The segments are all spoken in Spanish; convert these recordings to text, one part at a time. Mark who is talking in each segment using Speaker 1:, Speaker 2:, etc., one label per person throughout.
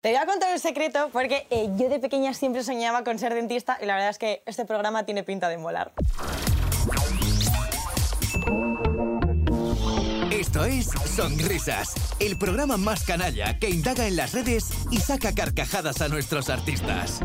Speaker 1: Te voy a contar un secreto porque eh, yo de pequeña siempre soñaba con ser dentista y la verdad es que este programa tiene pinta de molar.
Speaker 2: Esto es Sonrisas, el programa más canalla que indaga en las redes y saca carcajadas a nuestros artistas.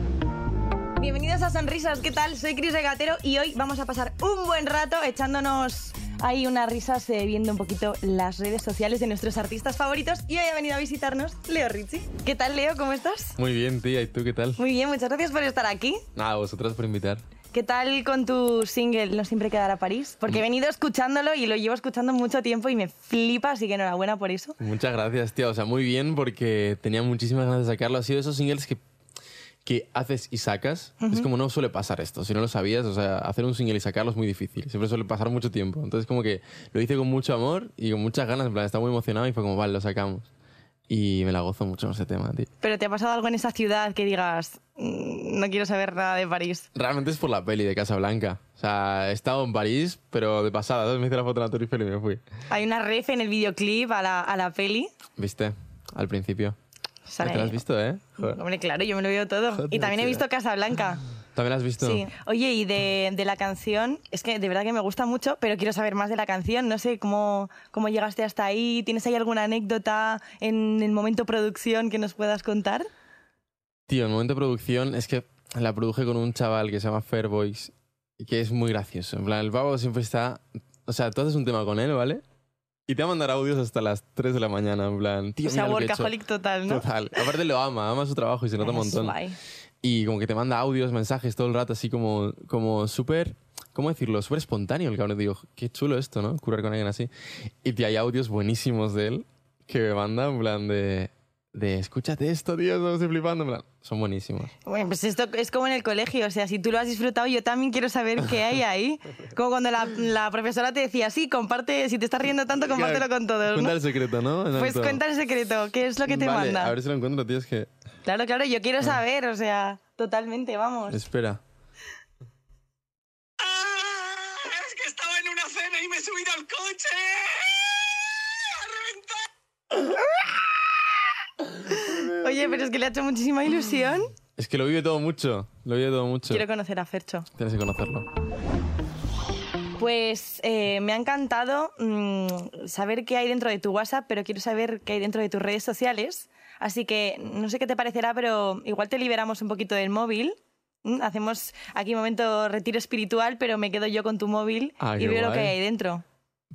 Speaker 1: Bienvenidos a Sonrisas, ¿qué tal? Soy Cris Regatero y hoy vamos a pasar un buen rato echándonos ahí unas risas eh, viendo un poquito las redes sociales de nuestros artistas favoritos y hoy ha venido a visitarnos Leo Ricci. ¿Qué tal, Leo? ¿Cómo estás?
Speaker 3: Muy bien, tía. ¿Y tú qué tal?
Speaker 1: Muy bien, muchas gracias por estar aquí.
Speaker 3: Nada, vosotras por invitar.
Speaker 1: ¿Qué tal con tu single No siempre quedará París? Porque he venido escuchándolo y lo llevo escuchando mucho tiempo y me flipa, así que enhorabuena por eso.
Speaker 3: Muchas gracias, tía. O sea, muy bien porque tenía muchísimas ganas de sacarlo. Ha sido esos singles que, que haces y sacas. Es como no suele pasar esto. Si no lo sabías, o sea, hacer un single y sacarlo es muy difícil. Siempre suele pasar mucho tiempo. Entonces, como que lo hice con mucho amor y con muchas ganas. En plan, estaba muy emocionado y fue como, vale, lo sacamos. Y me la gozo mucho con ese tema, tío.
Speaker 1: Pero ¿te ha pasado algo en esa ciudad que digas, "Mm, no quiero saber nada de París?
Speaker 3: Realmente es por la peli de Casablanca. O sea, he estado en París, pero de pasada. ¿sabes? Me hice la foto en la Torre Eiffel y me fui.
Speaker 1: Hay una ref en el videoclip a la, a la peli.
Speaker 3: ¿Viste? Al principio.
Speaker 1: Sale-
Speaker 3: Te lo has visto, ¿eh? Joder.
Speaker 1: Hombre, claro, yo me lo veo todo.
Speaker 3: Joder,
Speaker 1: y también he
Speaker 3: tía.
Speaker 1: visto Casablanca.
Speaker 3: ¿También la has visto?
Speaker 1: Sí. Oye, y de, de la canción, es que de verdad que me gusta mucho, pero quiero saber más de la canción. No sé cómo, cómo llegaste hasta ahí. ¿Tienes ahí alguna anécdota en el momento producción que nos puedas contar?
Speaker 3: Tío, el momento de producción es que la produje con un chaval que se llama Fairboys y que es muy gracioso. En plan, el pavo siempre está. O sea, tú haces un tema con él, ¿vale? Y te va a mandar audios hasta las 3 de la mañana, en plan. Tío,
Speaker 1: o sea,
Speaker 3: mira lo que he hecho.
Speaker 1: workaholic total, ¿no?
Speaker 3: Total. Aparte lo ama, ama su trabajo y se nota un
Speaker 1: Es
Speaker 3: montón.
Speaker 1: guay.
Speaker 3: Y como que te manda audios, mensajes todo el rato, así como, como súper. ¿Cómo decirlo? Súper espontáneo el cabrón. Digo, qué chulo esto, ¿no? Curar con alguien así. Y tío, hay audios buenísimos de él que me manda, en plan de. De escúchate esto, tío, no estoy flipando. En plan, son buenísimos.
Speaker 1: Bueno, pues esto es como en el colegio, o sea, si tú lo has disfrutado, yo también quiero saber qué hay ahí. Como cuando la, la profesora te decía, sí, comparte, si te estás riendo tanto, compártelo con todos.
Speaker 3: Cuenta
Speaker 1: ¿no?
Speaker 3: el secreto, ¿no?
Speaker 1: Pues
Speaker 3: Exacto.
Speaker 1: cuenta el secreto, ¿qué es lo que te
Speaker 3: Vale,
Speaker 1: manda?
Speaker 3: A ver Ah. si lo encuentro, tío, es que.
Speaker 1: Claro, claro, yo quiero saber, o sea, totalmente, vamos.
Speaker 3: Espera.
Speaker 4: ¡Ah! Es que estaba en una cena y me he subido al coche. ¡Ah! ¡A reventar!
Speaker 1: Oye, pero es que le ha hecho muchísima ilusión.
Speaker 3: Es que lo vive todo mucho. Lo vive todo mucho.
Speaker 1: Quiero conocer a Fercho.
Speaker 3: Tienes que conocerlo.
Speaker 1: Pues eh, me ha encantado mm, saber qué hay dentro de tu WhatsApp, pero quiero saber qué hay dentro de tus redes sociales. Así que no sé qué te parecerá, pero igual te liberamos un poquito del móvil. Mm, Hacemos aquí un momento retiro espiritual, pero me quedo yo con tu móvil
Speaker 3: Ah,
Speaker 1: y
Speaker 3: qué
Speaker 1: veo lo que
Speaker 3: guay.
Speaker 1: hay ahí dentro.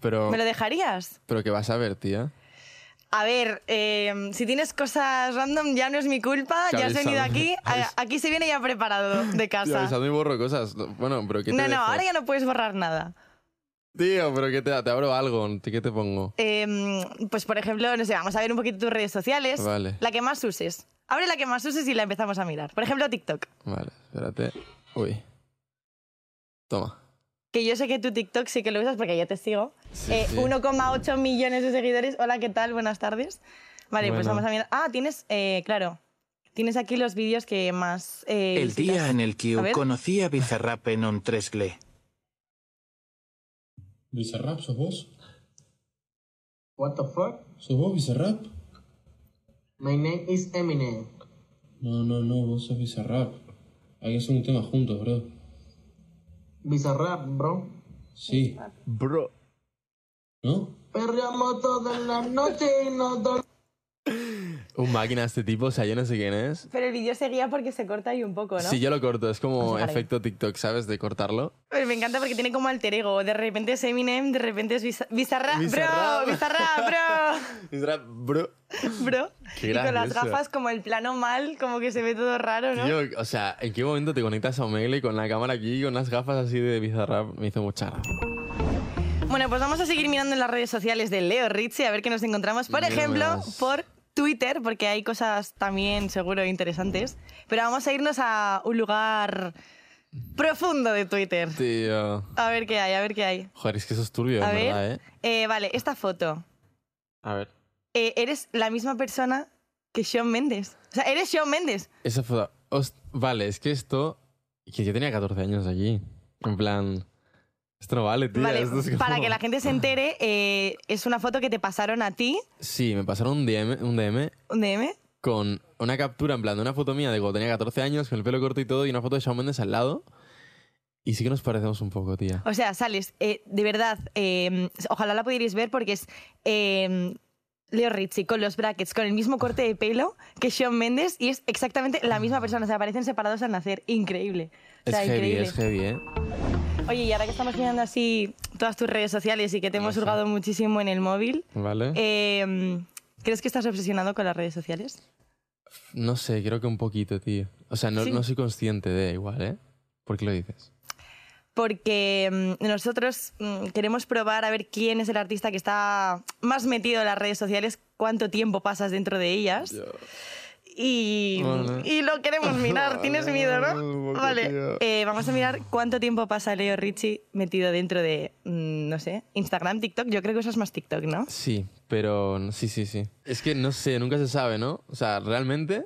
Speaker 3: Pero.
Speaker 1: ¿Me lo dejarías?
Speaker 3: Pero que vas a ver, tía.
Speaker 1: A ver, eh, si tienes cosas random, ya no es mi culpa.
Speaker 3: Que
Speaker 1: Ya has
Speaker 3: habéis
Speaker 1: venido
Speaker 3: hablado-
Speaker 1: aquí.
Speaker 3: habéis-
Speaker 1: a- Aquí se viene ya preparado de
Speaker 3: Tío,
Speaker 1: casa.
Speaker 3: avisando y borro cosas. Bueno, pero ¿qué te
Speaker 1: No, no,
Speaker 3: dejo?
Speaker 1: ahora ya no puedes borrar nada.
Speaker 3: Tío, pero ¿qué te, te abro algo? ¿Qué te pongo?
Speaker 1: Eh, pues, por ejemplo, no sé, vamos a ver un poquito tus redes sociales.
Speaker 3: Vale.
Speaker 1: La que más uses. Abre la que más uses y la empezamos a mirar. Por ejemplo, TikTok.
Speaker 3: Vale, espérate. Uy. Toma.
Speaker 1: Que yo sé que tu TikTok sí que lo usas porque yo te sigo.
Speaker 3: Sí,
Speaker 1: Eh,
Speaker 3: sí.
Speaker 1: 1,8 millones de seguidores. Hola, ¿qué tal? Buenas tardes. Vale, pues
Speaker 3: Bueno.
Speaker 1: vamos a mirar. Ah, tienes, eh, claro, tienes aquí los vídeos que más... eh,
Speaker 5: El
Speaker 1: visitas.
Speaker 5: día en el que
Speaker 1: A ver.
Speaker 5: conocí a Bizarrap en un tresgle.
Speaker 6: Bizarrap, ¿sos vos?
Speaker 7: What the fuck?
Speaker 6: ¿Sos vos Bizarrap?
Speaker 7: My name is Eminem.
Speaker 6: No, no, no, vos sos Bizarrap. Hay que hacer un tema juntos, bro.
Speaker 7: Bizarrap, bro.
Speaker 6: Sí,
Speaker 3: Bro.
Speaker 6: ¿no?
Speaker 7: Perreamos todas las noches y nos dormimos.
Speaker 3: Un máquina de este tipo, o sea, yo no sé quién es.
Speaker 1: Pero el vídeo seguía porque se corta ahí un poco, ¿no?
Speaker 3: Si yo lo corto, es como
Speaker 1: Vamos a dejar ahí.
Speaker 3: efecto TikTok, ¿sabes? De cortarlo.
Speaker 1: Pues me encanta porque tiene como alter ego. De repente es Eminem, de repente es Bizarra... Bizarra,
Speaker 3: Bizarrap.
Speaker 1: bro, Bizarra,
Speaker 3: Bizarrap, bro.
Speaker 1: bro, bro.
Speaker 3: Qué
Speaker 1: y con las
Speaker 3: gracioso.
Speaker 1: gafas como el plano mal, como que se ve todo raro, ¿no?
Speaker 3: Tío, o sea, ¿en qué momento te conectas a Omegle con la cámara aquí, con unas gafas así de bizarrap? Me hizo mucha gracia.
Speaker 1: Bueno, pues vamos a seguir mirando en las redes sociales de Leo Ritchie a ver qué nos encontramos. Por
Speaker 3: Mira
Speaker 1: ejemplo,
Speaker 3: más.
Speaker 1: por Twitter, porque hay cosas también seguro interesantes. Pero vamos a irnos a un lugar profundo de Twitter.
Speaker 3: Tío.
Speaker 1: A ver qué hay, a ver qué hay.
Speaker 3: Joder, es que eso es turbio,
Speaker 1: A
Speaker 3: en
Speaker 1: ver.
Speaker 3: verdad, ¿eh?
Speaker 1: Eh, vale, esta foto.
Speaker 3: A ver.
Speaker 1: Eh, eres la misma persona que Sean Méndez. O sea, eres Sean Méndez.
Speaker 3: Esa foto. Host- Vale, es que esto. Que yo tenía 14 años allí. En plan. Esto no vale, tío.
Speaker 1: vale,
Speaker 3: esto es como-
Speaker 1: para que la gente se entere, eh, es una foto que te pasaron a ti,
Speaker 3: Sí, me pasaron un DM, un DM
Speaker 1: un DM,
Speaker 3: con una captura en plan de una foto mía de cuando tenía 14 años, con el pelo corto y todo, y una foto de Shawn Mendes al lado. Y sí que nos parecemos un poco, tía.
Speaker 1: O sea, sales, eh, de verdad, eh, ojalá la pudierais ver porque es eh, Leo Ritchie con los brackets, con el mismo corte de pelo que Shawn Mendes y es exactamente la misma persona. Se aparecen separados al nacer. Increíble. O
Speaker 3: Es
Speaker 1: sea,
Speaker 3: heavy,
Speaker 1: increíble.
Speaker 3: es heavy, ¿eh?
Speaker 1: Oye, y ahora que estamos mirando así todas tus redes sociales y que te hemos
Speaker 3: Ajá.
Speaker 1: hurgado muchísimo en el móvil,
Speaker 3: ¿Vale?
Speaker 1: eh, ¿crees que estás obsesionado con las redes sociales?
Speaker 3: No sé, creo que un poquito, tío. O sea, no,
Speaker 1: Sí.
Speaker 3: no soy consciente de igual, ¿eh? ¿Por qué lo dices?
Speaker 1: Porque mm, nosotros mm, queremos probar a ver quién es el artista que está más metido en las redes sociales, cuánto tiempo pasas dentro de ellas. Y,
Speaker 3: Vale.
Speaker 1: y lo queremos mirar. Tienes
Speaker 3: Vale,
Speaker 1: miedo,
Speaker 3: vale, un
Speaker 1: ¿no?
Speaker 3: poco,
Speaker 1: Vale.
Speaker 3: tío.
Speaker 1: Eh, vamos a mirar cuánto tiempo pasa Leo Richie metido dentro de, mm, no sé, Instagram, TikTok. Yo creo que eso es más TikTok, ¿no?
Speaker 3: Sí, pero no- sí, sí, sí. Es que no sé, nunca se sabe, ¿no? O sea, realmente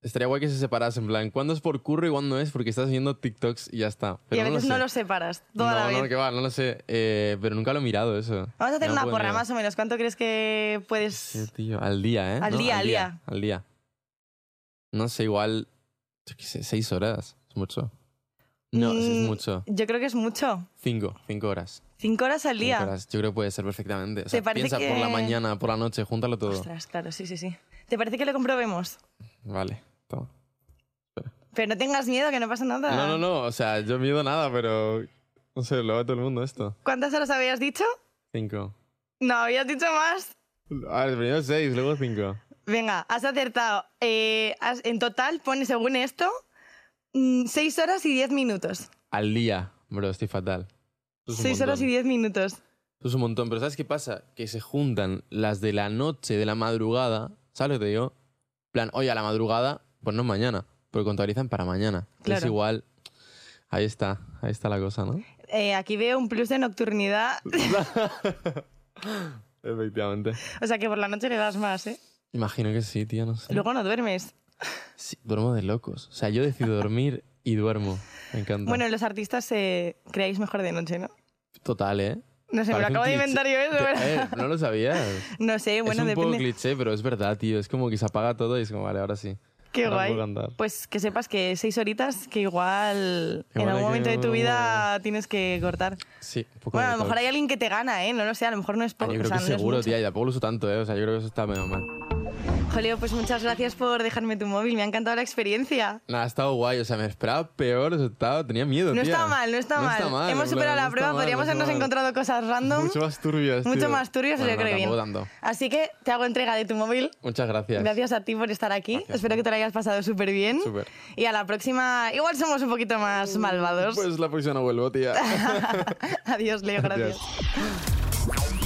Speaker 3: estaría guay que se separasen. En plan, ¿cuándo es por curro y cuándo es? Porque estás viendo TikToks y ya está.
Speaker 1: y
Speaker 3: Pero
Speaker 1: a veces
Speaker 3: no
Speaker 1: no,
Speaker 3: lo
Speaker 1: los
Speaker 3: sé.
Speaker 1: separas toda
Speaker 3: no,
Speaker 1: la vez.
Speaker 3: no, que va, no lo sé. Eh, pero nunca lo he mirado eso.
Speaker 1: Vamos a hacer
Speaker 3: No
Speaker 1: una
Speaker 3: puedo
Speaker 1: porra,
Speaker 3: mirar.
Speaker 1: más o menos. ¿Cuánto crees que puedes...?
Speaker 3: Sí, tío, al día, ¿eh?
Speaker 1: Al
Speaker 3: No,
Speaker 1: día, al día.
Speaker 3: Al día. No sé, igual. Yo qué sé, seis horas. Es mucho. No, sí
Speaker 1: Mm,
Speaker 3: es mucho.
Speaker 1: Yo creo que es mucho.
Speaker 3: Cinco, cinco horas.
Speaker 1: Cinco horas al
Speaker 3: Cinco
Speaker 1: día.
Speaker 3: horas. Yo creo que puede ser perfectamente. O sea,
Speaker 1: parece
Speaker 3: piensa por la
Speaker 1: que-
Speaker 3: mañana, por la noche, júntalo todo.
Speaker 1: Ostras, claro, sí, sí, sí. ¿Te parece que lo comprobemos?
Speaker 3: Vale, toma.
Speaker 1: Pero no tengas miedo, que no pasa nada.
Speaker 3: No, no, no. O sea, yo miedo nada, pero. No sé, lo ve todo el mundo esto.
Speaker 1: ¿Cuántas horas habías dicho?
Speaker 3: Cinco.
Speaker 1: No, habías dicho más.
Speaker 3: A ver, primero seis, luego cinco.
Speaker 1: Venga, has acertado. Eh, has- en total, pone según esto, 6 horas y 10 minutos.
Speaker 3: Al día, bro, estoy fatal. Eso es un
Speaker 1: 6 horas y
Speaker 3: montón.
Speaker 1: 10 minutos.
Speaker 3: Eso es un montón. Pero ¿sabes qué pasa? Que se juntan las de la noche, de la madrugada. ¿Sabes lo que te digo? plan, oye, a la madrugada, pues no es mañana. Pero contabilizan para mañana. Que Es
Speaker 1: Claro.
Speaker 3: igual. Ahí está, ahí está la cosa, ¿no?
Speaker 1: Eh, aquí veo un plus de nocturnidad.
Speaker 3: Efectivamente.
Speaker 1: O sea que por la noche le das más, ¿eh?
Speaker 3: Imagino que sí, tío, no sé.
Speaker 1: Luego no duermes.
Speaker 3: Sí, duermo de locos. O sea, yo decido dormir y duermo. Me encanta.
Speaker 1: Bueno, los artistas eh, creáis mejor de noche, ¿no?
Speaker 3: Total, ¿eh?
Speaker 1: No sé, me lo
Speaker 3: Parece un
Speaker 1: acabo de
Speaker 3: cliché.
Speaker 1: inventar yo eso,
Speaker 3: Te-
Speaker 1: ¿verdad?
Speaker 3: eh, no lo sabías.
Speaker 1: No sé, bueno,
Speaker 3: es un poco
Speaker 1: depende.
Speaker 3: cliché, pero es verdad, tío. Es como que se apaga todo y es como, vale, ahora sí.
Speaker 1: Qué
Speaker 3: ahora
Speaker 1: guay.
Speaker 3: puedo cantar.
Speaker 1: Pues que sepas que seis horitas, que igual en
Speaker 3: Igual hay
Speaker 1: algún
Speaker 3: que-
Speaker 1: momento de tu vida tienes que cortar.
Speaker 3: Sí, un poco
Speaker 1: Bueno, a
Speaker 3: de
Speaker 1: lo mejor
Speaker 3: todo.
Speaker 1: hay alguien que te gana, ¿eh? No lo sé, a lo mejor no es
Speaker 3: Ah,
Speaker 1: poco.
Speaker 3: yo creo
Speaker 1: o sea,
Speaker 3: que
Speaker 1: no es
Speaker 3: seguro,
Speaker 1: mucho.
Speaker 3: tía, y tampoco lo uso tanto, ¿eh? O sea, yo creo que eso está medio mal.
Speaker 1: Joleo, pues muchas gracias por dejarme tu móvil. Me ha encantado la experiencia.
Speaker 3: Nada, ha estado guay, o sea, me esperaba peor resultado, tenía miedo,
Speaker 1: No
Speaker 3: tía.
Speaker 1: está mal, no está, mal. Hemos
Speaker 3: en plan,
Speaker 1: superado
Speaker 3: no
Speaker 1: la
Speaker 3: está
Speaker 1: prueba,
Speaker 3: mal,
Speaker 1: podríamos
Speaker 3: no está
Speaker 1: habernos
Speaker 3: mal.
Speaker 1: encontrado cosas random.
Speaker 3: Mucho más turbias,
Speaker 1: Mucho
Speaker 3: tío.
Speaker 1: más turbias,
Speaker 3: Bueno,
Speaker 1: yo
Speaker 3: no,
Speaker 1: creo que bien.
Speaker 3: tampoco tanto.
Speaker 1: Así que te hago entrega de tu móvil.
Speaker 3: Muchas gracias.
Speaker 1: Gracias a ti por estar aquí.
Speaker 3: Gracias.
Speaker 1: Espero que te lo hayas pasado súper bien.
Speaker 3: Súper.
Speaker 1: Y a la próxima, igual somos un poquito más malvados.
Speaker 3: Pues la próxima no vuelvo, tía.
Speaker 1: Adiós, Leo, gracias.
Speaker 3: Adiós.